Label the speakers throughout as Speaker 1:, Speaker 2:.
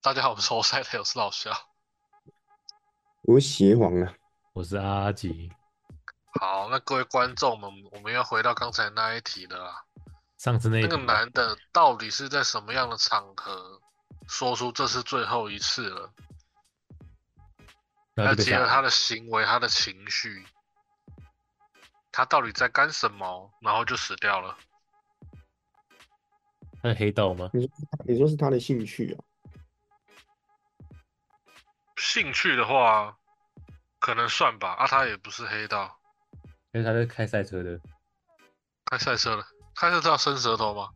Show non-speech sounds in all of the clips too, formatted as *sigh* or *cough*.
Speaker 1: 大家好，我是侯赛特，我是老肖。
Speaker 2: 我邪皇 *laughs* 啊，
Speaker 3: 我是阿吉。
Speaker 1: 好，那各位观众们，我们要回到刚才那一题了啦。
Speaker 3: 上次那一
Speaker 1: 那个
Speaker 3: 题
Speaker 1: 男的到底是在什么样的场合说出这是最后一次了？
Speaker 3: 然
Speaker 1: 那
Speaker 3: 后就被
Speaker 1: 结
Speaker 3: 吓
Speaker 1: 合他
Speaker 3: 到，
Speaker 1: 的行为、他的情绪，他到底在干什么？然后就死掉了。
Speaker 3: 他的黑道吗？
Speaker 2: 你说是他的兴趣啊？
Speaker 1: 兴趣的话，可能算吧。啊，他也不是黑道，
Speaker 3: 因为他是开赛车的，
Speaker 1: 开赛车的，开赛车要伸舌
Speaker 3: *laughs*
Speaker 1: 头吗？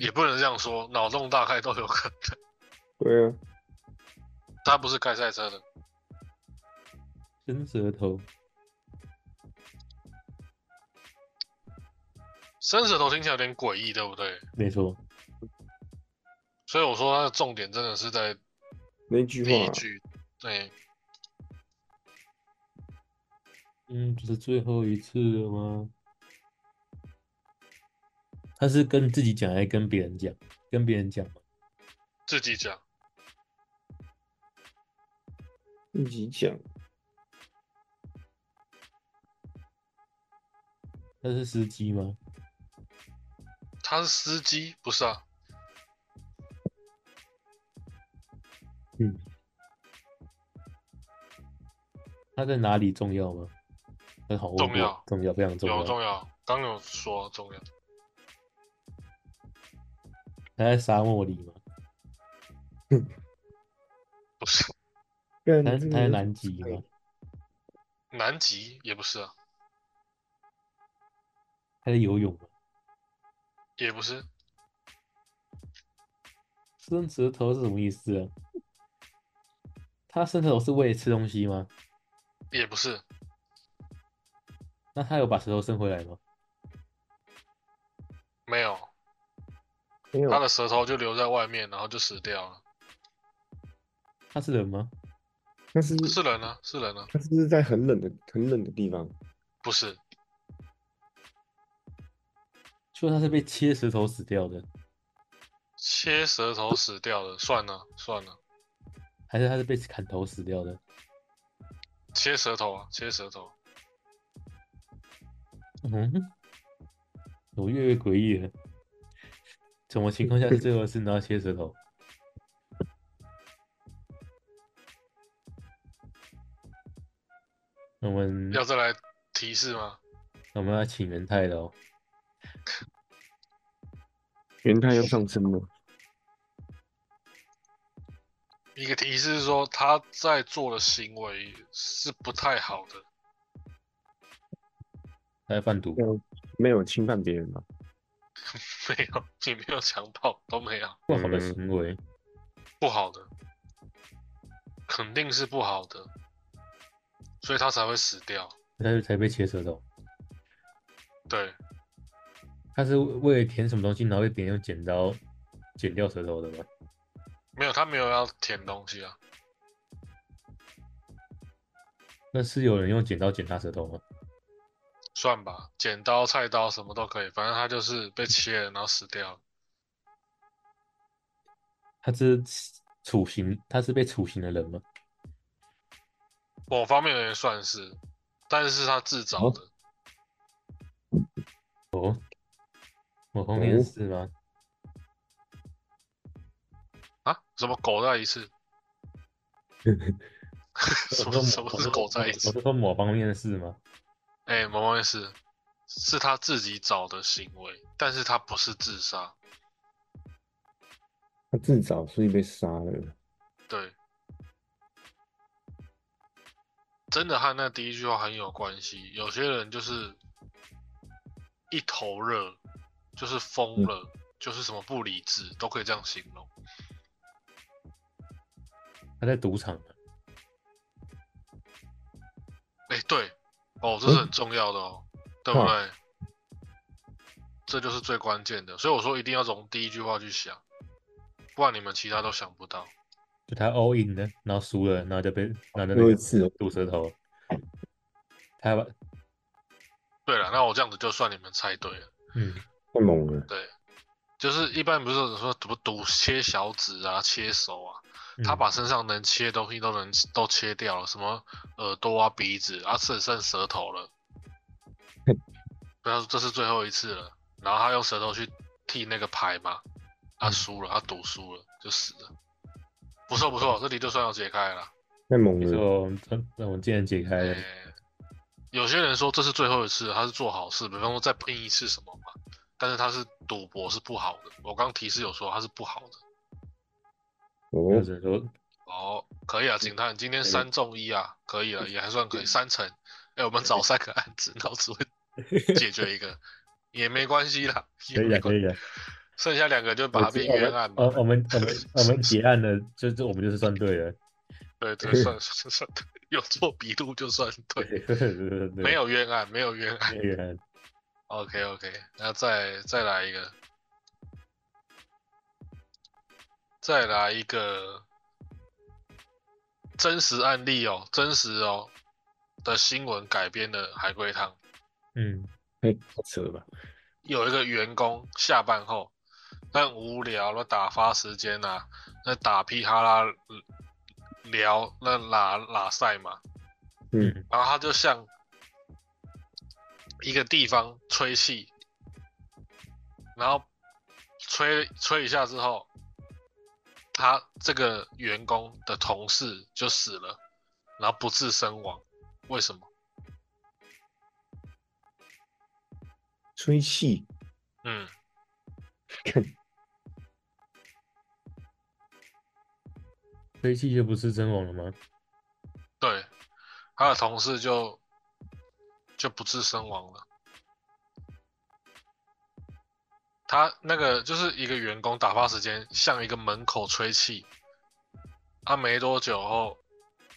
Speaker 1: 也不能这样说，脑洞大开都有可能。
Speaker 2: 对啊，
Speaker 1: 他不是开赛车的，
Speaker 3: 伸舌头。
Speaker 1: 伸舌头听起来有点诡异，对不对？
Speaker 3: 没错，
Speaker 1: 所以我说它的重点真的是在
Speaker 2: 那句话
Speaker 1: 第一
Speaker 2: 啊，
Speaker 1: 句，哎对，
Speaker 3: 嗯，这是最后一次了吗？他是跟自己讲还是跟别人讲？跟别人讲嘛
Speaker 1: 自己讲，
Speaker 2: 自己讲，
Speaker 3: 他是司机吗？
Speaker 1: 他是司机，不是啊？
Speaker 3: 他在哪里重要吗？很好问
Speaker 1: 重
Speaker 3: 过
Speaker 1: 要
Speaker 3: 重要非常重
Speaker 1: 有
Speaker 3: 要。
Speaker 1: 重要，刚有说重要，
Speaker 3: 他在沙漠里吗？
Speaker 1: 不是
Speaker 2: 但
Speaker 3: 他
Speaker 2: 这
Speaker 3: 他
Speaker 2: 个
Speaker 3: 在
Speaker 2: 人
Speaker 3: 南极吗？
Speaker 1: 南极也不是啊，
Speaker 3: 他在游泳吗？
Speaker 1: 也不是，
Speaker 3: 伸舌头是什么意思啊？他伸舌头是为了吃东西吗？
Speaker 1: 也不是，
Speaker 3: 那他有把舌头伸回来吗？
Speaker 1: 没有，
Speaker 2: 没有
Speaker 1: 他的舌头就留在外面，然后就死掉了。
Speaker 3: 他是人吗？
Speaker 2: 他是
Speaker 1: 是人呢、是人呢、啊
Speaker 2: 他是不是在很冷的很冷的地方？
Speaker 1: 不是，
Speaker 3: 就他是被切舌头死掉的，
Speaker 1: 切舌头死掉了，算了算了，
Speaker 3: 还是他是被砍头死掉的？
Speaker 1: 切舌头啊，切舌头，
Speaker 3: 嗯，我越来越诡异了。什么情况下是最后一次然后切舌头？那我
Speaker 2: 嗯
Speaker 3: 们
Speaker 1: 要再来提示吗？
Speaker 3: 那我们要请元太了哦，
Speaker 2: 元太要上升了，
Speaker 1: 一个提示是说他在做的行为是不太好的，
Speaker 3: 他在贩毒
Speaker 2: 没，有没有侵犯别人嘛？
Speaker 1: *laughs* 没有，也没有强暴，都没有。
Speaker 3: 不好的
Speaker 2: 嗯
Speaker 3: 行为，
Speaker 1: 不好的，肯定是不好的，所以他才会死掉。
Speaker 3: 他才被切舌头。
Speaker 1: 对，
Speaker 3: 他是为了填什么东西，然后被别人用剪刀剪掉舌头的吗？
Speaker 1: 没有他没有要舔东西啊，
Speaker 3: 那是有人用剪刀剪他舌头吗？
Speaker 1: 算吧，剪刀、菜刀什么都可以，反正他就是被切了然后死掉了。
Speaker 3: 他是处刑，他是被处刑的人吗？
Speaker 1: 某方面而言算是，但是他自找的，
Speaker 3: 我后面
Speaker 2: 哦
Speaker 3: 是吗？
Speaker 1: 啊？什么狗在一次？ *laughs* 什
Speaker 3: 我
Speaker 1: 么
Speaker 3: *laughs* 说
Speaker 1: 什
Speaker 3: 某
Speaker 1: 么是狗在一
Speaker 3: 我 *laughs*
Speaker 1: 次？
Speaker 3: 是说某方面的事吗？
Speaker 1: 哎、某方面是，是他自己找的行为，但是他不是自杀。
Speaker 2: 他自找，所以被杀了。
Speaker 1: 对，真的和那第一句话很有关系。有些人就是一头热，就是疯
Speaker 2: 嗯
Speaker 1: 了，就是什么不理智，都可以这样形容。
Speaker 3: 他在赌场吗？
Speaker 1: 哎、对，哦，这是很重要的哦，对不
Speaker 2: 哇
Speaker 1: 对？这就是最关键的，所以我说一定要从第一句话去想，不然你们其他都想不到。
Speaker 3: 就他 all in 的，然后输了，然后就被然后就那
Speaker 2: 最后一
Speaker 3: 个
Speaker 2: 次哦
Speaker 3: 堵舌头。他把
Speaker 1: 对了，那我这样子就算你们猜对了。
Speaker 3: 嗯，
Speaker 2: 太猛了，
Speaker 1: 对，就是一般不是有说什么赌切小指啊、切手啊，
Speaker 3: 嗯
Speaker 1: 他把身上能切的东西都能都切掉了，什么耳朵啊、鼻子啊，只剩舌头
Speaker 3: *laughs*
Speaker 1: 了。他说这是最后一次了，然后他用舌头去剃那个牌嘛，他
Speaker 3: 嗯
Speaker 1: 输了，他赌输了就死了。不错不错，这题就算有解开了。
Speaker 2: 太猛
Speaker 3: 没
Speaker 2: 了，
Speaker 3: 错，那那我们竟然解开了
Speaker 1: 哎，有些人说这是最后一次，他是做好事，比方说再拼一次什么嘛。但是他是赌博是不好的，我刚提示有说他是不好的。
Speaker 2: 哦
Speaker 3: 标，准说
Speaker 1: 哦，可以啊，警探，今天
Speaker 3: 嗯可以嗯
Speaker 1: 三中一啊，可以了，也还算可以，三成。哎、我们找三个案子，然 *laughs* 后只会解决一
Speaker 3: *laughs*
Speaker 1: 个，也没关系啦，也
Speaker 3: 可以
Speaker 1: 没
Speaker 3: 的，
Speaker 1: 关
Speaker 3: 可以的。
Speaker 1: 剩下两个就把
Speaker 3: 我
Speaker 1: 它
Speaker 3: 知哦
Speaker 1: 变
Speaker 3: 我
Speaker 1: 冤
Speaker 3: 们
Speaker 1: 案
Speaker 3: 我
Speaker 1: 嘛。
Speaker 3: 我们我们我们结案了，就就我们就是算对了，
Speaker 1: 对对，算算算 *laughs* 对，有做笔录就算对，
Speaker 3: 对对对，
Speaker 1: 没有冤案，没有冤案。
Speaker 3: 没有结案
Speaker 1: OK OK，那再再来一个，再来一个真实案例哦，真实哦的新闻改编的海龟汤。
Speaker 3: 嗯，
Speaker 2: 太扯了吧？
Speaker 1: 有一个员工下班后，但无聊了打发时间呐、那打噼哈啦呃聊那拉拉赛嘛，
Speaker 2: 嗯，
Speaker 1: 然后他就向一个地方吹气，然后吹吹一下之后，他这个员工的同事就死了，然后不治身亡，为什么？
Speaker 2: 吹气，
Speaker 1: 嗯，
Speaker 2: 看
Speaker 3: 飞机就不是真网了吗？
Speaker 1: 对，他的同事就就不治身亡了。他那个就是一个员工打发时间，向一个门口吹气，他、没多久后，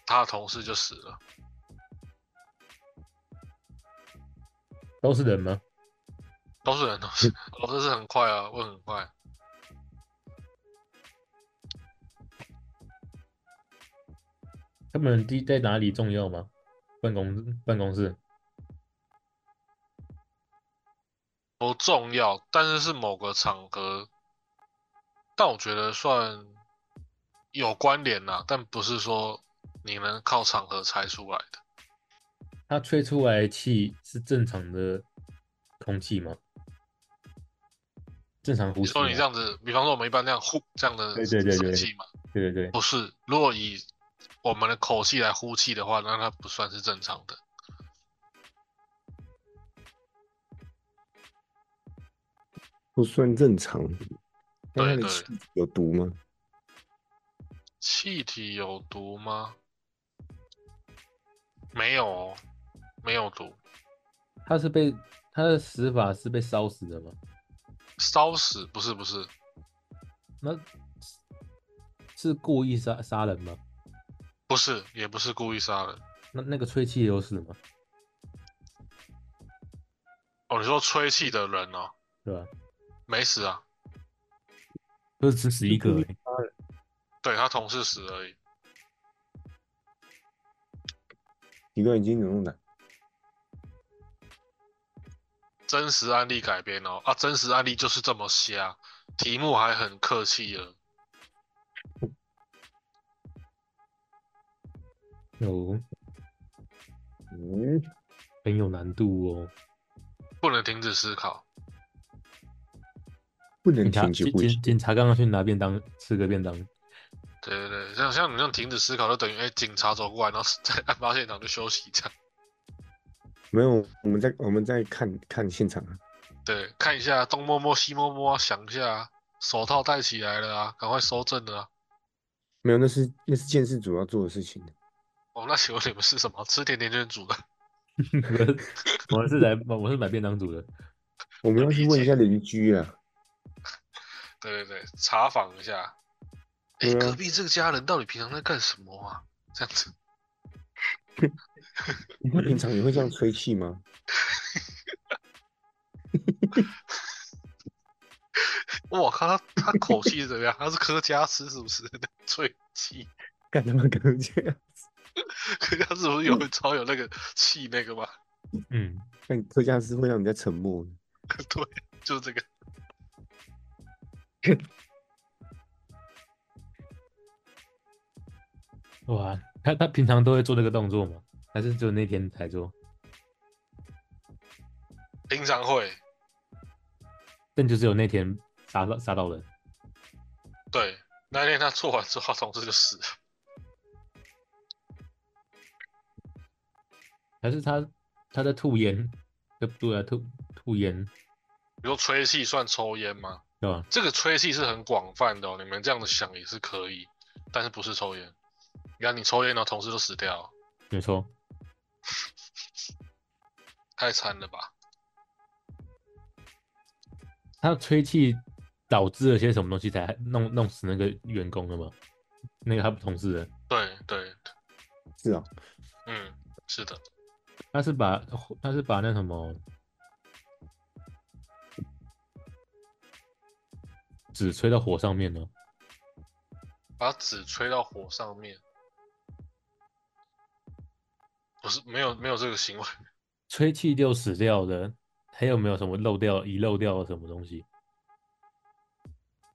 Speaker 1: 他的同事就死了。
Speaker 3: 都是人吗？
Speaker 1: 都是人，都是人，哦，这是很快啊，问很快。
Speaker 3: 他们地在哪里重要吗？办公办公室
Speaker 1: 不重要，但是是某个场合，但我觉得算有关联啦、但不是说你能靠场合猜出来的。
Speaker 3: 它吹出来的气是正常的空气吗？正常呼
Speaker 1: 你
Speaker 3: 吸
Speaker 1: 说你
Speaker 3: 吗
Speaker 1: 这样子，比方说我们一般这样呼这样的
Speaker 3: 对对对
Speaker 1: 生
Speaker 3: 对
Speaker 1: 气嘛，
Speaker 3: 对对对，
Speaker 1: 不是。如果以我们的口气来呼气的话，那它不算是正常的。
Speaker 2: 不算正常。那他
Speaker 1: 对
Speaker 2: 的
Speaker 1: 对
Speaker 2: 气有毒吗？
Speaker 1: 气体有毒吗？没有哦，没有毒，
Speaker 3: 它是被它的死法是被烧死的吗？
Speaker 1: 烧死不是不是，
Speaker 3: 那是是故意杀杀人吗？
Speaker 1: 不是也不是故意杀人。
Speaker 3: 那那个吹气有死吗？
Speaker 1: 哦，你说吹气的人哦，
Speaker 3: 对吧？
Speaker 1: 没死啊，
Speaker 3: 就是只死一个而已，
Speaker 1: 对他同事死而已。
Speaker 2: 奇怪，已经有那么难，
Speaker 1: 真实案例改编哦，啊，真实案例就是这么瞎，题目还很客气了。
Speaker 3: 欸有
Speaker 2: 嗯，
Speaker 3: 很有难度哦。
Speaker 1: 不能停止思考。
Speaker 2: 不能
Speaker 3: 警察
Speaker 2: 停止
Speaker 3: 警
Speaker 2: 呼吸
Speaker 3: 警，警察刚刚去拿便当，吃个便当， *laughs*
Speaker 1: 对对对，像像你这样停止思考，就等于哎、警察走过来，然后在 *laughs* 案发现场就休息一下，
Speaker 2: 没有，我们在我们在看看现场啊，
Speaker 1: 对，看一下东摸摸西摸摸啊，想一下啊，手套戴起来了啊，赶快收证了啊。
Speaker 2: 没有，那是那是监视组要做的事情。
Speaker 1: 哦，那请问你们是什么？吃甜甜圈组的？ *laughs*
Speaker 3: 我我是来我是买便当组的，
Speaker 2: 我们要去问
Speaker 1: *laughs*
Speaker 2: 一下邻居啊，
Speaker 1: 对对对，查访一下。哎、
Speaker 2: 对啊
Speaker 1: 隔壁这个家人到底平常在干什么啊？这样子，
Speaker 2: 他平常也会这样吹气吗？
Speaker 1: 我靠，他他口气是怎么样？他是柯家师是不是？ *laughs* 吹气，
Speaker 2: 干他妈跟人家， *laughs*
Speaker 1: 柯家师不是有一招有那个气那个吗？ *laughs*
Speaker 3: 嗯，
Speaker 2: 但客家是会让人家沉默的。
Speaker 1: 对，就是这个。
Speaker 3: 哇，他他平常都会做这个动作吗？还是只有那天才做？
Speaker 1: 平常会，
Speaker 3: 但就只有那天杀到杀到人。
Speaker 1: 对，那天他做完之后，他同事就死了。
Speaker 3: 还是他他在吐烟，对不对啊？吐吐烟，
Speaker 1: 比如说吹气算抽烟吗？
Speaker 3: 对吧？
Speaker 1: 这个吹气是很广泛的、哦，你们这样子想也是可以，但是不是抽烟？你看你抽烟，然后同事都死掉了，
Speaker 3: 没错，
Speaker 1: 太惨了吧？
Speaker 3: 他吹气导致了些什么东西才弄弄死那个员工了吗？那个他同事的，
Speaker 1: 对对，
Speaker 2: 是啊，
Speaker 1: 嗯，是的，
Speaker 3: 他是把他是把那什么纸吹到火上面了，
Speaker 1: 把纸吹到火上面，不是没有没有这个行为，
Speaker 3: 吹气就死掉的，还有没有什么漏掉遗漏掉了什么东西？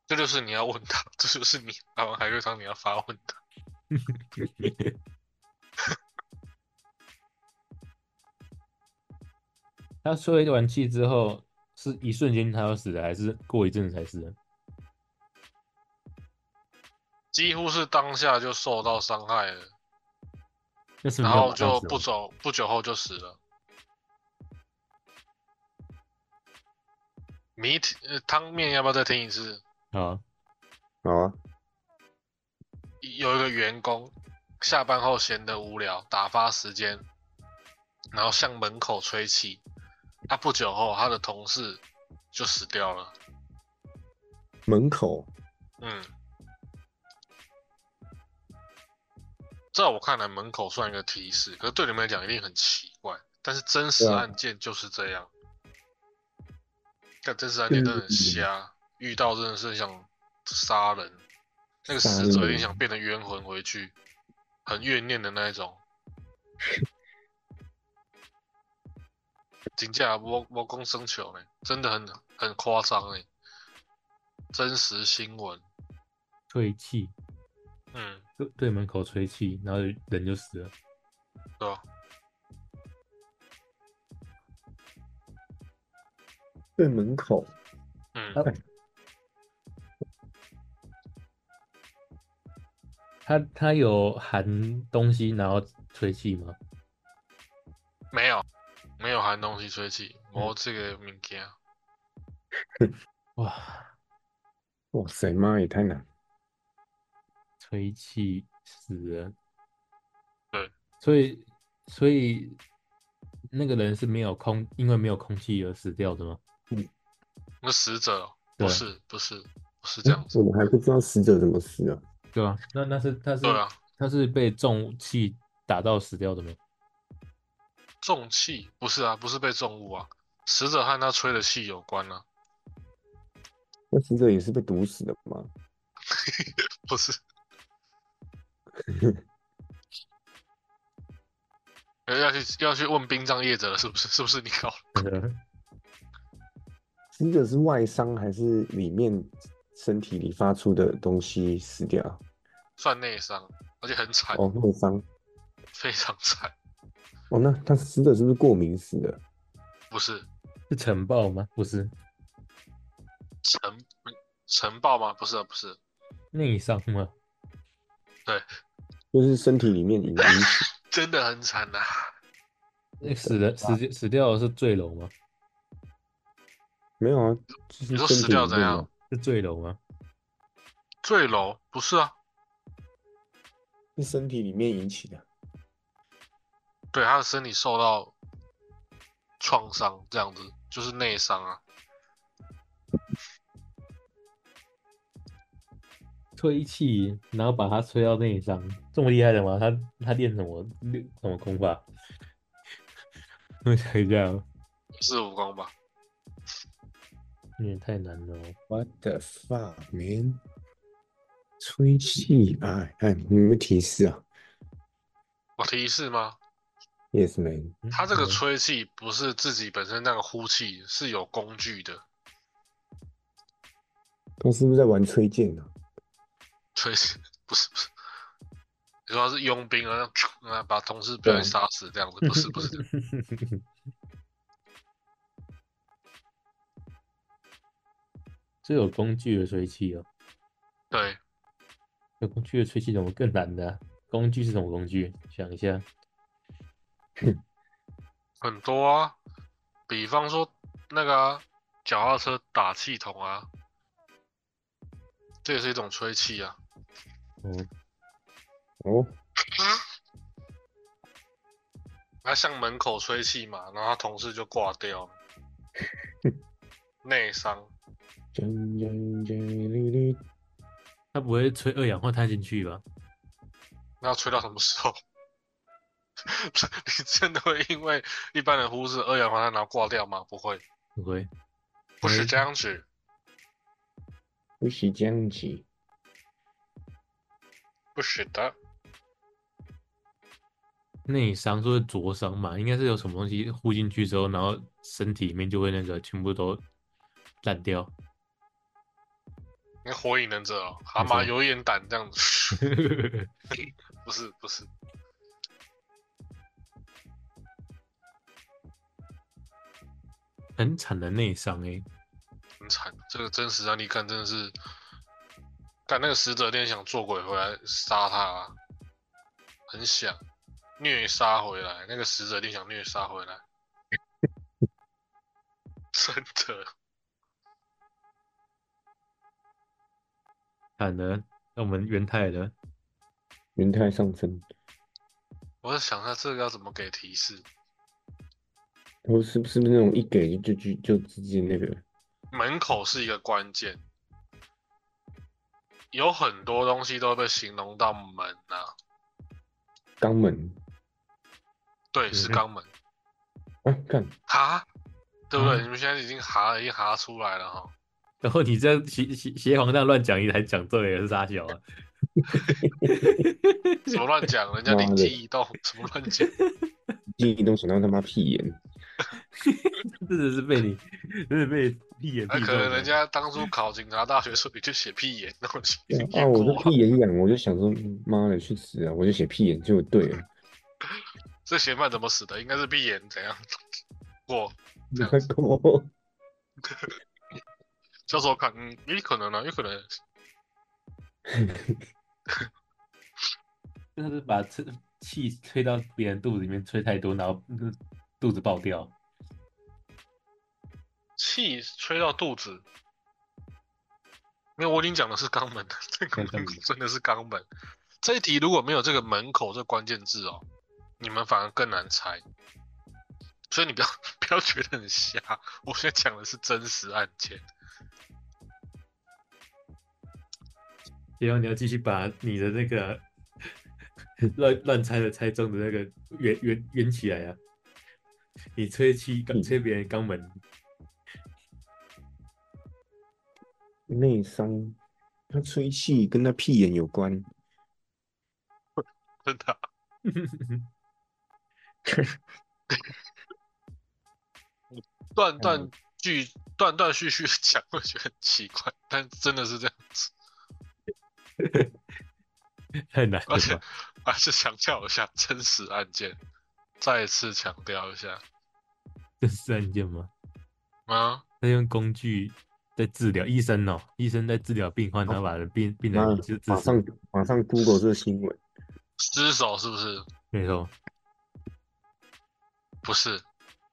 Speaker 1: 这就是你要问他，这就是你打完海龟汤你要发问的。
Speaker 3: *laughs* 他吹完气之后，是一瞬间他要死的，还是过一阵子才死的？
Speaker 1: 几乎是当下就受到伤害了，
Speaker 3: 那是没
Speaker 1: 然
Speaker 3: 有
Speaker 1: 后
Speaker 3: 马上
Speaker 1: 就
Speaker 3: 死哦
Speaker 1: 不
Speaker 3: 吗
Speaker 1: 久不久后就死了。谜题呃汤面要不要再听一次？
Speaker 3: 好啊，
Speaker 2: 好啊，
Speaker 1: 有一个员工下班后闲得无聊，打发时间，然后向门口吹气。他、不久后，他的同事就死掉了。
Speaker 2: 门口
Speaker 1: 嗯，在我看来，门口算一个提示，可是对你们来讲一定很奇怪。但是真实
Speaker 2: 对啊
Speaker 1: 案件就是这样，但真实案件真的很
Speaker 2: 啊
Speaker 1: 瞎，遇到真的是很想杀人，那个
Speaker 2: 杀
Speaker 1: 死者一定
Speaker 2: 人
Speaker 1: 想变成冤魂回去，很怨念的那一
Speaker 2: *laughs*
Speaker 1: 种。真正无无讲生笑呢，真的很很夸张呢，真实新闻。
Speaker 3: 吹气，
Speaker 1: 嗯，
Speaker 3: 对对门口吹气，然后人就死了。
Speaker 1: 对啊吧？
Speaker 2: 对门口，
Speaker 1: 嗯
Speaker 3: 啊，他他有含东西然后吹气吗？
Speaker 1: 没有，没有含东西吹气，我这个物件，
Speaker 3: 哇，
Speaker 2: 哇塞妈也太难，
Speaker 3: 吹气死了。
Speaker 1: 对，
Speaker 3: 所以所以那个人是没有空，因为没有空气而死掉的吗？
Speaker 1: 那死者哦
Speaker 3: 对
Speaker 1: 不是不是不是这样子，
Speaker 2: 我们还不知道死者怎么死啊，
Speaker 3: 对啊，那那是他是
Speaker 1: 对啊，
Speaker 3: 他是被重气打到死掉的吗？
Speaker 1: 重气不是啊，不是被重物啊，死者和他吹的气有关啊，
Speaker 2: 那死者也是被毒死的嘛，
Speaker 1: 不是。呃要去要去问殡葬业者了，是不是？是不是你搞？
Speaker 2: 死者是外伤还是里面身体里发出的东西死掉？
Speaker 1: 算内伤，而且很惨，
Speaker 2: 哦，内伤，
Speaker 1: 非常惨。
Speaker 2: 哦，那他死者是不是过敏死的？
Speaker 1: 不是
Speaker 3: *laughs* 是尘爆吗？不是
Speaker 1: 尘尘嗯爆吗？不是、啊，不是。
Speaker 3: 内伤吗？
Speaker 2: 就是身体里面引引起
Speaker 1: 真的很惨啊呐、
Speaker 3: 那死的死掉死掉的是坠楼吗？
Speaker 2: 没有啊，就是
Speaker 1: 你说
Speaker 2: 身
Speaker 1: 死
Speaker 2: 体
Speaker 1: 掉
Speaker 2: 里
Speaker 1: 怎
Speaker 2: 面
Speaker 1: 样
Speaker 2: 嘛
Speaker 3: 是坠楼吗？
Speaker 1: 坠楼不是啊，
Speaker 2: 是身体里面引起的。
Speaker 1: 对，他的身体受到创伤，这样子就是内伤啊。
Speaker 3: 吹气，然后把它吹到内伤，这么厉害的吗？他他练什么练什么功法？ *laughs* 我想一下哦，
Speaker 1: 是武功吧？
Speaker 3: 有点太难了哦。
Speaker 2: What the fuck, man？吹气哎哎，你们提示啊
Speaker 1: 我提示吗？
Speaker 2: ？Yes, man。
Speaker 3: 嗯
Speaker 1: 他这个
Speaker 3: 嗯
Speaker 1: 吹气不是自己本身那个呼气，是有工具的。
Speaker 2: 公司是不是在玩吹剑呢、啊？
Speaker 1: 崔氏不是不是，你说他是佣兵啊，那那把同事不小心杀死这样子，不是不是这样，
Speaker 3: 这有工具的吹气哦，
Speaker 1: 对，
Speaker 3: 有工具的吹气怎么更难的啊、工具是什么工具？想一下，
Speaker 1: 很多啊，比方说那个啊脚、踏车打气筒啊，这也是一种吹气啊，
Speaker 3: 嗯，
Speaker 2: 哦，
Speaker 1: 他啊向门口吹气嘛，然后他同事就挂掉了，内伤，
Speaker 2: 锵锵锵哩哩，
Speaker 3: 他不会吹二氧化碳进去吧？
Speaker 1: 那要吹到什么时候？ *laughs* 你真的会因为一般人忽视二氧化碳然后挂掉吗？不会，
Speaker 3: 不会，
Speaker 1: 不是这样子。
Speaker 2: 不许这样子。
Speaker 1: 不是的，
Speaker 3: 内伤说是灼伤嘛，应该是有什么东西呼进去之后，然后身体里面就会那个全部都烂掉。 *laughs*
Speaker 1: 那火影忍者哦，蛤蟆有眼胆这样子， *laughs* 不是不是，
Speaker 3: 很惨的内伤哎、
Speaker 1: 很惨。这个真实案例干真的是，干那个死者店想做鬼回来杀他、啊，很想虐杀回来。那个死者店想虐杀回来， *laughs* 真的。
Speaker 3: 惨了，那我们元太了，
Speaker 2: 元太上升，
Speaker 1: 我在想一下这个要怎么给提示，
Speaker 2: 我是不是那种一给就就就直接那个？
Speaker 1: 门口是一个关键，有很多东西都被形容到门啊，
Speaker 2: 肛门
Speaker 1: 对，是
Speaker 3: 嗯
Speaker 1: 肛门。
Speaker 2: 啊，干
Speaker 1: 哈，对不对？
Speaker 3: 嗯
Speaker 1: 你们现在已经哈了，已经哈出来了哈。
Speaker 3: 然后你这样邪邪邪皇这样乱讲，你还讲对也是傻小啊？
Speaker 1: 什么乱讲？人家
Speaker 2: 妈
Speaker 1: 灵
Speaker 2: 的
Speaker 1: 机一动，什么乱
Speaker 2: *laughs*
Speaker 1: 讲？
Speaker 2: 记忆都想到他妈屁眼，
Speaker 3: 真的是被你，真的被屁眼
Speaker 1: 那
Speaker 3: 屁
Speaker 1: 可
Speaker 3: 中
Speaker 1: 能
Speaker 3: 了
Speaker 1: 人家当初考警察大学的时候，你就写屁眼，那我写
Speaker 2: 对 *laughs* 啊，啊
Speaker 1: 眼
Speaker 2: 我就
Speaker 1: 过啊
Speaker 2: 屁眼痒，我就想说嗯妈的去死啊，我就写屁眼就对了，
Speaker 1: 这嫌犯怎么死的？应该是闭眼怎样 *laughs* 过？这样
Speaker 2: 然后
Speaker 1: 教授看，嗯，也可能啊，有可能。
Speaker 3: 真的是把吹气吹到别人肚子里面吹太多，然后嗯肚子爆掉。
Speaker 1: 气吹到肚子。没有，我已经讲的是肛门， *laughs* 这
Speaker 2: 嗯
Speaker 1: 个门口真的是肛门。这一题如果没有这个门口这关键字哦，你们反而更难猜。所以你不要 *laughs* 不要觉得很瞎，我现在讲的是真实案件。
Speaker 3: 然后你要继续把你的那个 *laughs* 乱乱猜的猜中的那个圆圆圆起来啊！你吹气
Speaker 2: 嗯
Speaker 3: 吹别人肛门， *laughs*
Speaker 2: 内伤，他吹气跟他屁眼有
Speaker 1: 嗯
Speaker 2: 关，
Speaker 1: 真的啊、断断续断断续续的讲，会觉得很奇怪，但真的是这样子。
Speaker 3: 太难了
Speaker 1: 而且
Speaker 3: 吧？
Speaker 1: 还是强调一下真实案件，再次强调一下
Speaker 3: 这是案件吗？
Speaker 1: 啊，
Speaker 3: 他用工具在治疗医生哦，医生在治疗病患，
Speaker 1: 哦
Speaker 3: 然后把人病病人
Speaker 2: 妈的
Speaker 3: 就
Speaker 2: 马
Speaker 3: 自
Speaker 2: 上
Speaker 3: 杀，
Speaker 2: 马上 Google 这个新闻，
Speaker 1: 失手是不是？
Speaker 3: 没错， *laughs*
Speaker 1: 不是，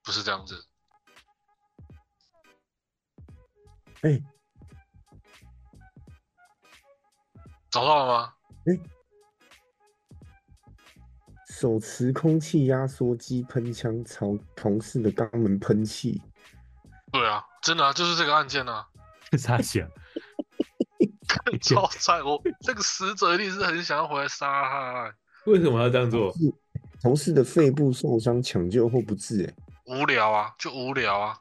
Speaker 1: 不是这样子。
Speaker 2: 哎、
Speaker 1: 找到了吗？
Speaker 2: 手持空气压缩机喷枪朝同事的肛门喷气，
Speaker 1: 对啊，真的啊，就是这个案件啊，
Speaker 3: 傻小。
Speaker 1: 超惨！我这个死者一定是很想要回来杀他啊、
Speaker 3: 为什么要这样做？
Speaker 2: 同事的肺部受伤抢救后不治、哎，
Speaker 1: 无聊啊，就无聊啊，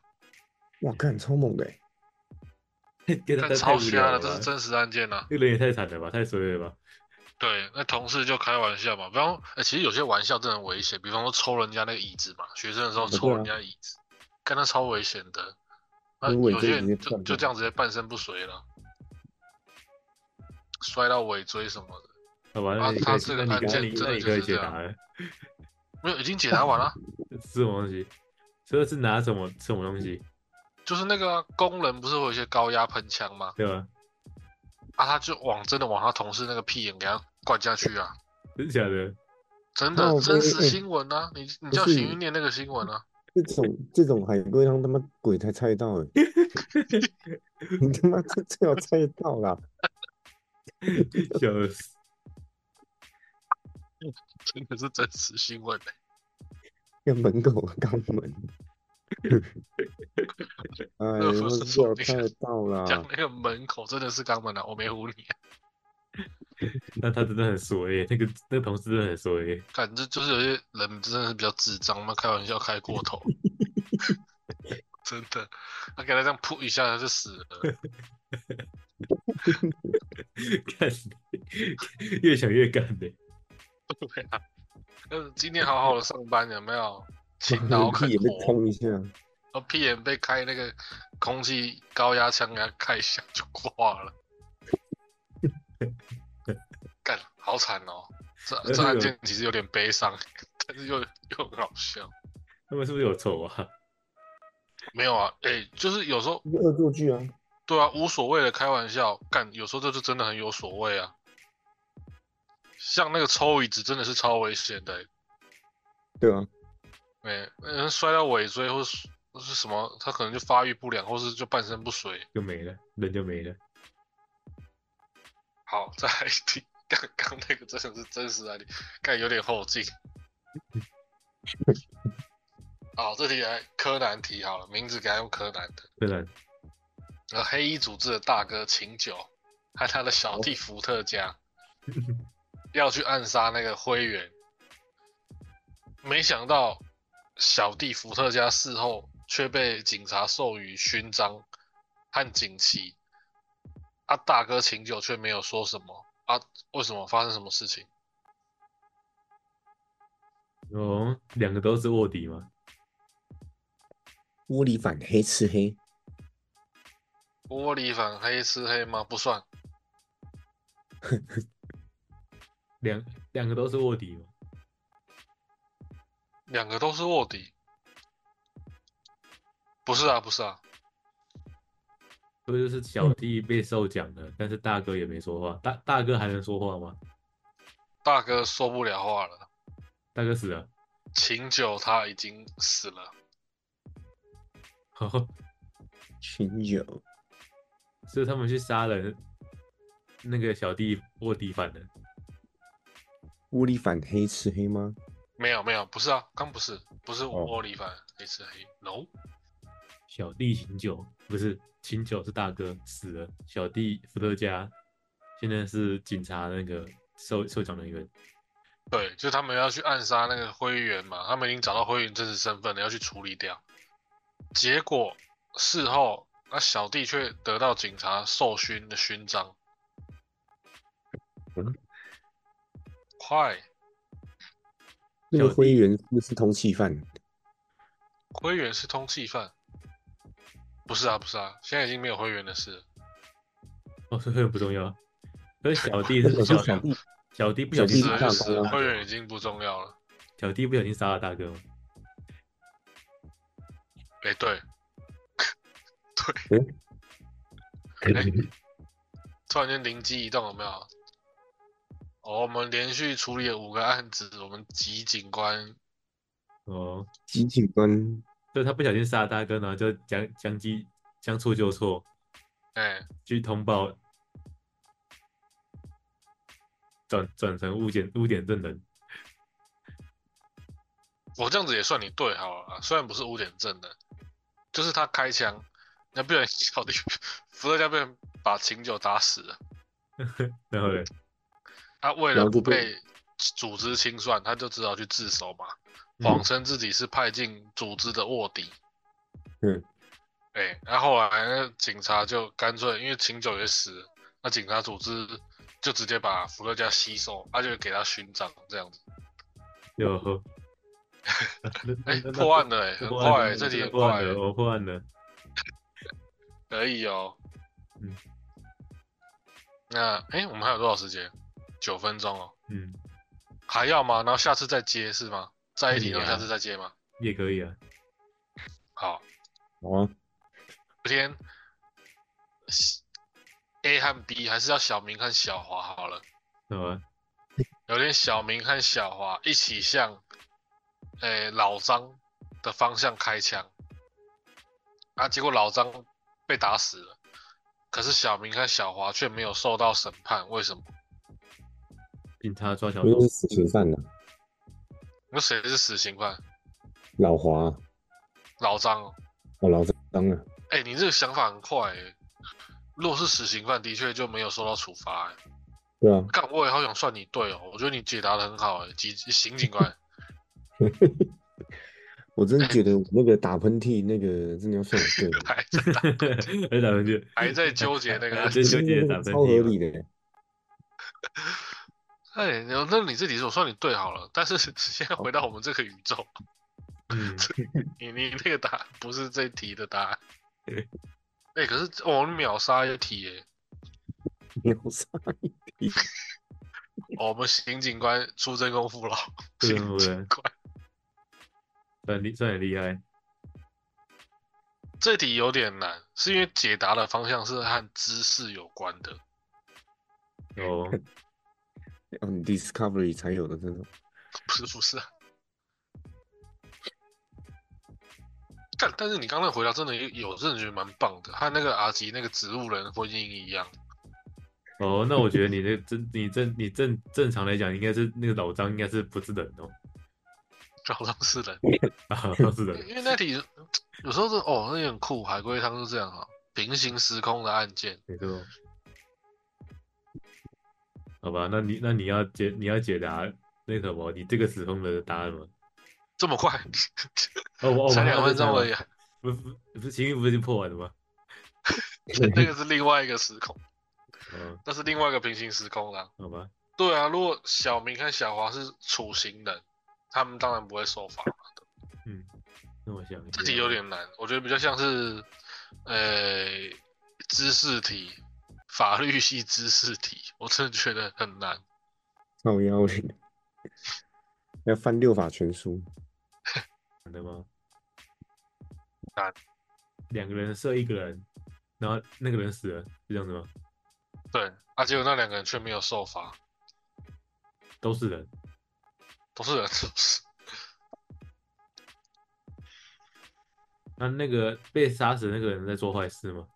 Speaker 2: 哇，干超猛的、哎
Speaker 3: 跟他
Speaker 1: 但
Speaker 3: 太
Speaker 1: 超
Speaker 3: 无聊
Speaker 1: 瞎
Speaker 3: 了
Speaker 1: 了，
Speaker 3: 吧，
Speaker 1: 这是真实案件啊。
Speaker 3: 这个人也太惨了吧，太衰了吧！
Speaker 1: 对，那同事就开玩笑嘛，比方，哎、其实有些玩笑真的很危险，比方说抽人家那个椅子嘛，学生的时候
Speaker 2: 嗯对
Speaker 1: 抽人
Speaker 2: 啊
Speaker 1: 家椅子，干那超危险的。那
Speaker 2: 因为
Speaker 1: 有
Speaker 2: 这
Speaker 1: 些
Speaker 2: 直接
Speaker 1: 人就
Speaker 2: 断
Speaker 1: 就
Speaker 2: 掉
Speaker 1: 这样直接半身不遂了，摔到尾椎什么的，
Speaker 3: 好吧，
Speaker 1: 啊
Speaker 3: 那你
Speaker 1: 他
Speaker 3: 可以
Speaker 1: 这个
Speaker 3: 那你
Speaker 1: 案
Speaker 3: 那
Speaker 1: 件
Speaker 3: 你
Speaker 1: 真
Speaker 3: 那
Speaker 1: 的
Speaker 3: 你
Speaker 1: 就
Speaker 3: 可以
Speaker 1: 是
Speaker 3: 解
Speaker 1: 这样
Speaker 3: 答了，
Speaker 1: 没有，已经解答完了，啊
Speaker 3: 是什么东西？这是拿什么什么东西，
Speaker 1: 就是那个啊工人不是会有一些高压喷枪吗？
Speaker 3: 对吧？
Speaker 1: 啊，他就往真的往他同事那个屁眼给他灌下去啊，
Speaker 3: 真的假的？
Speaker 1: 真
Speaker 2: 靠
Speaker 1: 的
Speaker 2: 背
Speaker 1: 真实
Speaker 2: 哎
Speaker 1: 新闻啊，你你
Speaker 2: 不
Speaker 1: 叫
Speaker 2: 是
Speaker 1: 邢云念那个新闻啊，
Speaker 2: 这种这种海龟汤他妈鬼才猜到
Speaker 1: *laughs*
Speaker 2: 哎、你他妈这最好猜得到啦！
Speaker 3: 笑死！
Speaker 1: 真的是真实新闻、欸，
Speaker 2: 要门口
Speaker 1: *laughs*
Speaker 2: 肛门，哎，
Speaker 1: 那不
Speaker 2: 我
Speaker 1: 是
Speaker 2: 最
Speaker 1: 说
Speaker 2: 好
Speaker 1: 那个
Speaker 2: 猜得到啦！
Speaker 1: 讲那个门口真的是肛门啊，我没唬你、啊，
Speaker 3: 那他真的很衰耶，那个那个同事真的很衰耶。 *laughs*
Speaker 1: 感觉就是有些人真的是比较智障嘛，开玩笑开过
Speaker 2: *laughs*
Speaker 1: 头，真的，他给他这样扑一下他就死了，
Speaker 3: 干， *laughs* 越想越干的。
Speaker 1: 对啊，嗯，今天好好的上班有没有？勤劳
Speaker 2: 屁
Speaker 1: 肯
Speaker 2: 也被
Speaker 1: 活，
Speaker 2: 通一下，
Speaker 1: 然后屁眼被开那个空气高压枪给他开一下就挂了，干好惨哦！这
Speaker 3: 那
Speaker 1: 这
Speaker 3: 那
Speaker 1: 案
Speaker 3: 个
Speaker 1: 件其实有点悲伤，但是又又很好笑。
Speaker 3: 他们是不是有仇啊？
Speaker 1: 没有啊，哎、就是有时候
Speaker 2: 恶作剧啊！
Speaker 1: 对啊，无所谓的开玩笑，干有时候这就真的很有所谓啊。像那个抽椅子真的是超危险的、
Speaker 2: 对啊，
Speaker 1: 哎、人摔到尾椎或是或是什么，他可能就发育不良，或是就半身不遂。
Speaker 3: 就没了，人就没了。
Speaker 1: 好，再来一题，刚刚那个真的是真实案例，看有点后劲。好，这题来柯南题好了，名字给他用柯南的。
Speaker 3: 真的，
Speaker 1: 呃，黑衣组织的大哥秦九和他的小弟伏特加要去暗杀那个灰原，没想到小弟伏特加事后却被警察授予勋章和锦旗，啊，大哥秦九却没有说什么啊，为什么发生什么事情？
Speaker 3: 哦，两个都是卧底嘛？
Speaker 2: 窝里反黑吃黑，
Speaker 1: 窝里反黑吃黑吗？不算，
Speaker 3: 两两个都是卧底嘛？
Speaker 1: 两个都是卧底。不是啊，不是啊，
Speaker 3: 所以就是小弟被授奖了，但是大哥也没说话。大大哥还能说话吗？
Speaker 1: 大哥说不了话了。
Speaker 3: 大哥死了，
Speaker 1: 秦九他已经死了，
Speaker 3: 哦， *laughs*
Speaker 2: 群友
Speaker 3: 所以他们去杀人，那个小弟卧底反了。
Speaker 2: 窝里反黑吃黑吗？
Speaker 1: 没有没有，不是啊，刚不是不是
Speaker 2: 哦
Speaker 1: 窝里反黑吃黑，no，
Speaker 3: 小弟秦九不是秦九是大哥死了，小弟伏特加现在是警察那个受受奖人员。
Speaker 1: 对，就他们要去暗杀那个灰原嘛，他们已经找到灰原真实身份了，要去处理掉。结果事后，那小弟却得到警察授勋的勋章。
Speaker 2: 嗯
Speaker 1: 快，
Speaker 2: 那个
Speaker 3: 小弟
Speaker 2: 灰原是不是通缉犯？
Speaker 1: 灰原是通缉犯？不是啊，不是啊，现在已经没有灰原的事了。
Speaker 3: 哦，这个不重要。所以小弟
Speaker 2: 我
Speaker 3: 是
Speaker 2: 说
Speaker 3: 小
Speaker 2: 小弟
Speaker 3: 小弟不
Speaker 2: 小
Speaker 3: 小
Speaker 2: 弟
Speaker 3: 心
Speaker 1: 死
Speaker 3: 杀
Speaker 1: 了
Speaker 2: 大
Speaker 1: 就
Speaker 3: 了
Speaker 1: 死了，
Speaker 2: 哥啊
Speaker 1: 灰原已经不重要了。
Speaker 3: 小弟不小心杀了
Speaker 2: *laughs*
Speaker 3: 大哥嘛，哦
Speaker 1: 哎、对， *laughs* 哎突然间灵机一动，有没有？哦，我们连续处理了五个案子，我们吉警官
Speaker 3: 哦，
Speaker 2: 吉警官
Speaker 3: 就他不小心杀了大哥，然后就将将计将错就错，
Speaker 1: 哎、
Speaker 3: 去通报，转转成污点污点证人，
Speaker 1: 我这样子也算你对好了啊，虽然不是污点证的，就是他开枪，那不然小弟 *laughs* 伏特加被人把秦九打死了。
Speaker 3: 然后嘞，
Speaker 1: 他为
Speaker 2: 然
Speaker 1: 了
Speaker 2: 后
Speaker 1: 不
Speaker 2: 就被
Speaker 1: 被组织清算，他就只好去自首嘛，
Speaker 3: 嗯
Speaker 1: 谎称自己是派进组织的卧底。
Speaker 2: 嗯，
Speaker 1: 哎、然后后来那警察就干脆，因为秦九也死了，那警察组织就直接把伏特加吸收，他、就给他勋章这样子。
Speaker 3: 就那
Speaker 1: *laughs* 哎、
Speaker 3: 那那
Speaker 1: 破案了、哎，很
Speaker 3: 破案
Speaker 1: 快、
Speaker 3: 了
Speaker 1: 这里
Speaker 3: 真的
Speaker 1: 很
Speaker 3: 破
Speaker 1: 快、欸
Speaker 3: 案了，哦我破案了，
Speaker 1: 可以哦。
Speaker 3: 嗯。
Speaker 1: 那哎、诶我们还有多少时间？九分钟哦，
Speaker 3: 嗯，
Speaker 1: 还要吗？然后下次再接是吗？在一起，
Speaker 3: 可以啊
Speaker 1: 然后下次再接吗？
Speaker 3: 也可以啊。
Speaker 1: 好，
Speaker 2: 好啊，
Speaker 1: 昨天 A 和 B 还是要小明和小华好了。
Speaker 3: 那么
Speaker 1: 有天小明和小华一起向，诶、老张的方向开枪，啊，结果老张被打死了，可是小明和小华却没有受到审判，为什么？
Speaker 3: 警察抓小
Speaker 2: 因为
Speaker 3: 偷
Speaker 2: 是，死刑犯的啊
Speaker 1: 那谁是死刑犯？
Speaker 2: 老华啊，
Speaker 1: 老张、哦。
Speaker 2: 我老张啊，
Speaker 1: 哎、你这个想法很快、欸。如果是死刑犯，的确就没有受到处罚、欸。
Speaker 2: 对啊，
Speaker 1: 干，我也好想算你对哦，我觉得你解答的很好、欸。警刑警官，
Speaker 2: 我真的觉得我那个打喷嚏那个真的要算我
Speaker 1: *laughs* 还
Speaker 2: 对了，
Speaker 3: *laughs* *laughs* 还打回去，
Speaker 1: 还在纠结那个
Speaker 3: 还在纠结打喷
Speaker 2: 超合
Speaker 3: 嚏
Speaker 2: 理
Speaker 3: 吗，
Speaker 2: 的，
Speaker 1: *laughs*
Speaker 2: *laughs*
Speaker 1: 哎，那那你这题我算你对好了，但是 *laughs* 现在回到我们这个宇宙，
Speaker 3: *laughs* 嗯，
Speaker 1: 你你那个答案不是这题的答案。哎、可是我们秒杀一题耶！
Speaker 2: 秒杀一批，
Speaker 1: 哦我们刑警官出真功夫了，
Speaker 3: 对
Speaker 1: 刑
Speaker 3: 不对
Speaker 1: 警？官
Speaker 3: 算厉，算很厉害，
Speaker 1: *laughs* 这题有点难，是因为解答的方向是和知识有关的。 *laughs*
Speaker 3: 哦，
Speaker 2: 嗯，Discovery 才有的这种，
Speaker 1: 不是不是啊。但但是你刚才回答真的有有真的觉得蛮棒的，和那个阿吉那个植物人婚姻一样。 *laughs*
Speaker 3: 哦，那我觉得你那正，你正，你正正常来讲，应该是那个老张应该是不是人哦，
Speaker 1: 好像是人，
Speaker 3: 啊， *laughs* 不是人，
Speaker 1: 因为那题有时候是哦，那也很酷。海龟汤是这样啊，平行时空的案件，
Speaker 3: 没错。好吧，那你那你要解你要解答那什么，你这个时空的答案吗？
Speaker 1: 这么快，
Speaker 3: 哦，我哦，
Speaker 1: 才两分钟而
Speaker 3: 而
Speaker 1: 已
Speaker 3: 已，
Speaker 1: 啊，
Speaker 3: 不是不是情侣不是已经破完了吗？
Speaker 1: 那个是另外一个时空，
Speaker 3: 嗯，
Speaker 1: 那是另外一个平行时空啦。
Speaker 3: 好吧，
Speaker 1: 对啊，如果小明和小华是处刑人，他们当然不会受罚。
Speaker 3: 嗯，那我想一下
Speaker 1: 这题有点难，我觉得比较像是，呃，知识题，法律系知识题，我真的觉得很难。
Speaker 2: 靠腰的，要翻六法全书，
Speaker 3: 难的吗？
Speaker 1: 难。
Speaker 3: 两个人射一个人，然后那个人死了，是这样子吗？
Speaker 1: 对，啊，结果那两个人却没有受罚，
Speaker 3: 都是人，
Speaker 1: 都是人，是不是？
Speaker 3: 那那个被杀死的那个人在做坏事吗？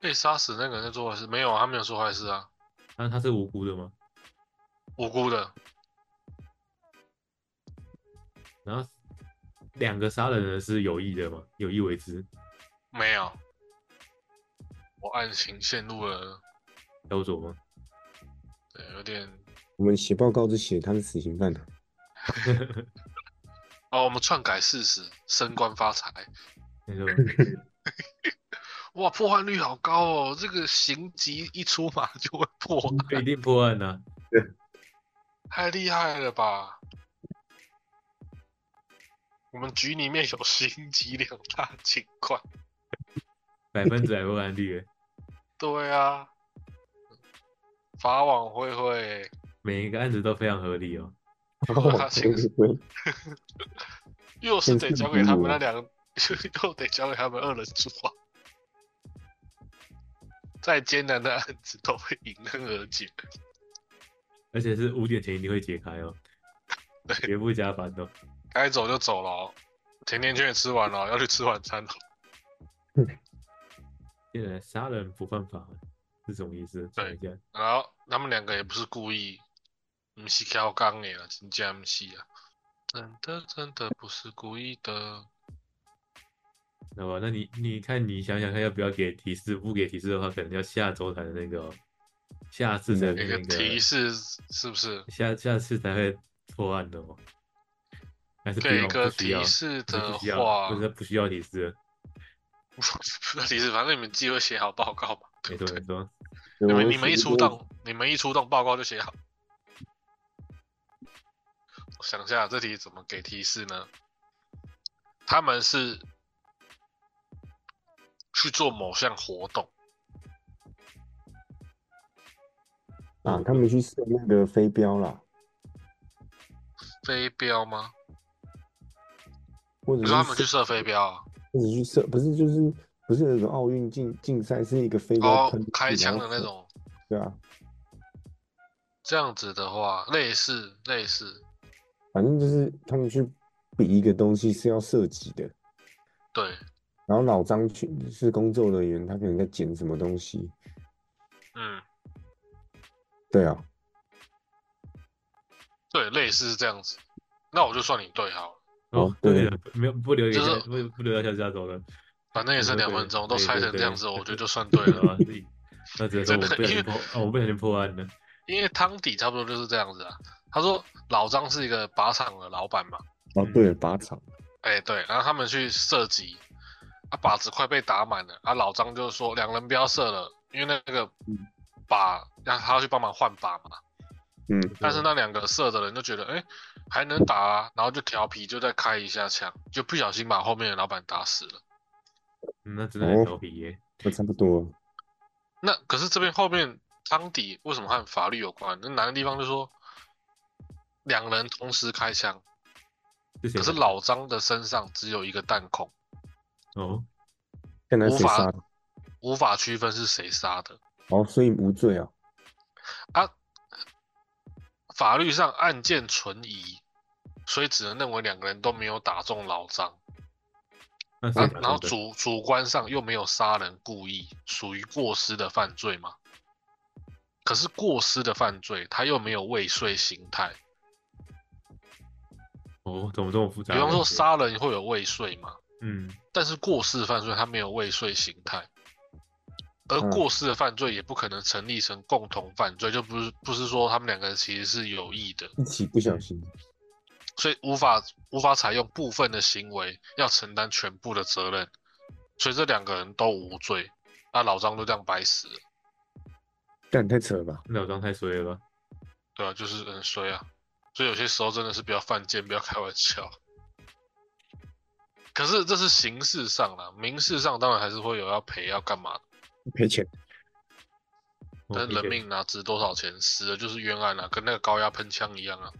Speaker 1: 被杀死那个人在做坏事？没有啊，他没有做坏事啊，
Speaker 3: 那他是无辜的吗？
Speaker 1: 无辜的。
Speaker 3: 然后两个杀人的是有意的吗？有意为之，
Speaker 1: 没有，我案情陷入了，
Speaker 3: 焦灼吗？ *laughs*
Speaker 1: 对，有点
Speaker 2: 我们写报告就写他是死刑犯啊，
Speaker 1: 哦，我们篡改事实，升官发财，
Speaker 3: 没错，
Speaker 1: 哇，破案率好高哦，这个刑级一出马 *laughs* 就会破案，
Speaker 3: 一定破案呐、啊
Speaker 1: 太厉害了吧！我们局里面有 *laughs* 刑级两大警官，
Speaker 3: 百分之百破案率，
Speaker 1: 对啊，法网恢恢，
Speaker 3: 每一个案子都非常合理 *laughs* 哦。
Speaker 2: *laughs*
Speaker 1: 他其实又是得交给他们那两个， *laughs* 又得交给他们二人组啊。再艰难的案子都会迎刃而解，
Speaker 3: 而且是五点前一定会解开哦，绝不加班哦。
Speaker 1: 该走就走了哦、甜甜圈也吃完了哦、要去吃晚餐了。
Speaker 3: 现在杀人不犯法是什么意思？
Speaker 1: 对
Speaker 3: 想一下，
Speaker 1: 然后他们两个也不是故意，不是挑刚的啦，真正不是啊，真的真的不是故意的。
Speaker 3: 好吧？那你你看，你想想看，要不要给提示？不给提示的话，可能要下周才能那个哦、下次
Speaker 2: 嗯
Speaker 3: 才
Speaker 1: 那
Speaker 3: 能
Speaker 1: 个
Speaker 3: 那
Speaker 1: 提示是不是？
Speaker 3: 下下次才会破案的哦。还是不
Speaker 1: 给
Speaker 3: 用
Speaker 1: 一个
Speaker 3: 不需要
Speaker 1: 提示
Speaker 3: 还是
Speaker 1: 的
Speaker 3: 不需要，
Speaker 1: 话
Speaker 3: 不，是不需要提示了，
Speaker 1: 不要提示，反正你们自己会写好报告吧。
Speaker 3: 没错没错，哦
Speaker 1: 你
Speaker 2: 我
Speaker 1: 们你们一
Speaker 2: 写
Speaker 1: 出
Speaker 2: 报告
Speaker 1: 动，你们一出动报告就写好。我想一下这题怎么给提示呢？他们是去做某项活动，
Speaker 2: 啊，他们去射那个飞镖啦，
Speaker 1: 飞镖吗？
Speaker 2: 或者
Speaker 1: 你
Speaker 3: 嗯
Speaker 2: 是
Speaker 1: 说他们去
Speaker 2: 射
Speaker 1: 射飞镖啊？
Speaker 2: 或者去射，不是就是不是有种奥运竞竞赛是一个飞镖
Speaker 1: 哦
Speaker 2: 喷出，
Speaker 1: 开枪的
Speaker 2: 然后
Speaker 1: 那
Speaker 2: 射，
Speaker 1: 种，
Speaker 2: 对啊，
Speaker 1: 这样子的话，类似类似，
Speaker 2: 反正就是他们去比一个东西是要射击的，
Speaker 1: 对，
Speaker 2: 然后老张去是工作人员，他可能在捡什么东西，
Speaker 1: 嗯，
Speaker 2: 对啊，
Speaker 1: 对，类似是这样子。那我就算你对好了，
Speaker 3: 哦
Speaker 2: 哦，对
Speaker 3: 对了，没有不留给
Speaker 1: 就
Speaker 3: 下
Speaker 1: 是
Speaker 3: 不不留到下下周了，
Speaker 1: 反正也剩
Speaker 3: 嗯对
Speaker 1: 两
Speaker 3: 对
Speaker 1: 分钟，都
Speaker 3: 对
Speaker 1: 猜
Speaker 3: 对
Speaker 1: 成这
Speaker 3: 对
Speaker 1: 样子，我觉得就算对了。
Speaker 3: 啊，自己那只能说我
Speaker 1: 真的
Speaker 3: 不小
Speaker 1: 因为
Speaker 3: 心破，哦，我不小心破案了。
Speaker 1: 因为汤底差不多就是这样子啊。他说老张是一个靶场的老板嘛，
Speaker 2: 哦对了，靶场，
Speaker 1: 哎、对，然后他们去射击，啊靶子快被打满了，啊老张就说两人不要射了，因为那个
Speaker 2: 嗯
Speaker 1: 靶，让他要去帮忙换靶嘛。
Speaker 2: 嗯，
Speaker 1: 但是那两个射的人就觉得，哎、还能打啊，然后就调皮，就再开一下枪，就不小心把后面的老板打死了。
Speaker 3: 嗯那真的很
Speaker 2: 哦
Speaker 3: 调皮耶。
Speaker 2: 那差不多，
Speaker 1: 那可是这边后面汤底为什么和法律有关？那难的地方就说两人同时开枪，
Speaker 3: 这谁
Speaker 1: 可是老张的身上只有一个弹孔，
Speaker 3: 哦，
Speaker 2: 看来
Speaker 1: 无
Speaker 2: 谁
Speaker 1: 法
Speaker 2: 杀的，
Speaker 1: 无法区分是谁杀的
Speaker 2: 哦，所以无罪啊，
Speaker 1: 啊。法律上案件存疑，所以只能认为两个人都没有打中老张，
Speaker 3: 那谁
Speaker 1: 啊、
Speaker 3: 打
Speaker 1: 然后
Speaker 3: 的
Speaker 1: 主主观上又没有杀人故意，属于过失的犯罪嘛。可是过失的犯罪，他又没有未遂形态，
Speaker 3: 哦，怎么这么复杂？
Speaker 1: 比方说，杀人会有未遂嘛，
Speaker 3: 嗯，
Speaker 1: 但是过失犯罪他没有未遂形态，而
Speaker 2: 嗯
Speaker 1: 过失的犯罪也不可能成立成共同犯罪，就不是不是说他们两个人其实是有意的，
Speaker 2: 一起不小心，
Speaker 1: 所以无法无法采用部分的行为要承担全部的责任，所以这两个人都无罪，那老张就这样白死了，
Speaker 2: 干太扯了吧，
Speaker 3: 那我装太衰了吧？
Speaker 1: 对啊，就是很衰啊，所以有些时候真的是不要犯贱，不要开玩笑。可是这是形式上啦，民事上当然还是会有要赔要干嘛的
Speaker 2: 赔钱，
Speaker 3: 哦
Speaker 1: 但
Speaker 3: 一
Speaker 1: 人
Speaker 3: 个
Speaker 1: 命哪值多少钱？死了就是冤案啊，跟那个高压喷枪一样啊！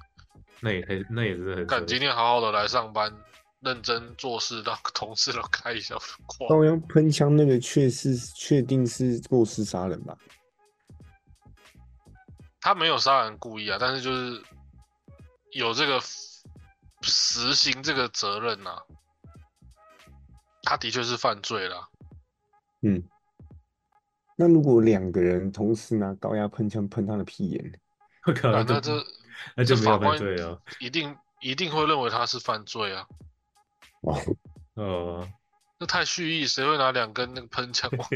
Speaker 3: 那也太那也真的很
Speaker 1: 干
Speaker 3: 衰
Speaker 1: 今天好好的来上班，认真做事，让 *laughs* 同事都开一下就挂。
Speaker 2: 高阳喷枪那个确是确定是过失杀人吧？
Speaker 1: 他没有杀人故意啊，但是就是有这个 f- 实行这个责任呐、啊，他的确是犯罪啦。
Speaker 2: 嗯，那如果两个人同时拿高压喷枪喷他的屁眼，
Speaker 3: 我靠，
Speaker 1: 啊
Speaker 3: 那
Speaker 1: 那
Speaker 3: 就
Speaker 1: 这
Speaker 3: 那就
Speaker 1: 这
Speaker 3: 没有
Speaker 1: 法
Speaker 3: 犯
Speaker 1: 官
Speaker 3: 罪了。
Speaker 1: 一定一定会认为他是犯罪啊，
Speaker 2: 哦，
Speaker 3: 哦，
Speaker 1: 那太蓄意，谁会拿两根那个喷枪往